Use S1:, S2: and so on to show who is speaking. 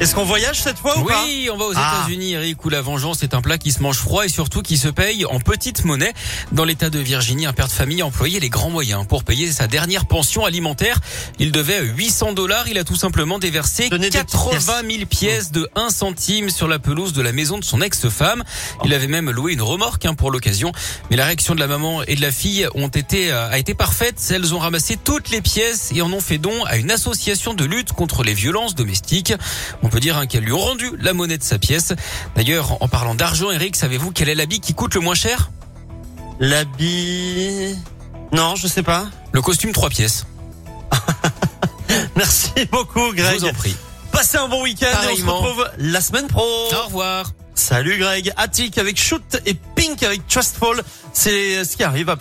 S1: Est-ce qu'on voyage cette fois ou pas
S2: Oui, on va aux
S1: Ah.
S2: États-Unis. Eric, où la vengeance est un plat qui se mange froid et surtout qui se paye en petite monnaie. Dans l'État de Virginie, un père de famille a employé les grands moyens pour payer sa dernière pension alimentaire. Il devait 800 dollars. Il a tout simplement déversé
S1: Donnez des petites
S2: 80 000 pièces de 1 centime sur la pelouse de la maison de son ex-femme. Il avait même loué une remorque hein, pour l'occasion. Mais la réaction de la maman et de la fille ont été, euh, a été parfaite. Elles ont ramassé toutes les pièces et en ont fait don à une association de lutte contre les violences domestiques. On peut dire hein, qu'elles lui ont rendu la monnaie de sa pièce. D'ailleurs, en parlant d'argent, Eric, savez-vous quel est l'habit qui coûte le moins cher
S1: L'habit... Non, je sais pas.
S2: Le costume 3 pièces.
S1: Merci beaucoup
S2: Je
S1: Greg.
S2: vous en prie.
S1: Passez un bon week-end et on se
S2: Pareillement.
S1: retrouve la semaine pro.
S2: Au revoir.
S1: Salut Greg. Attic avec Shoot et Pink avec Trustful. C'est ce qui arrive après.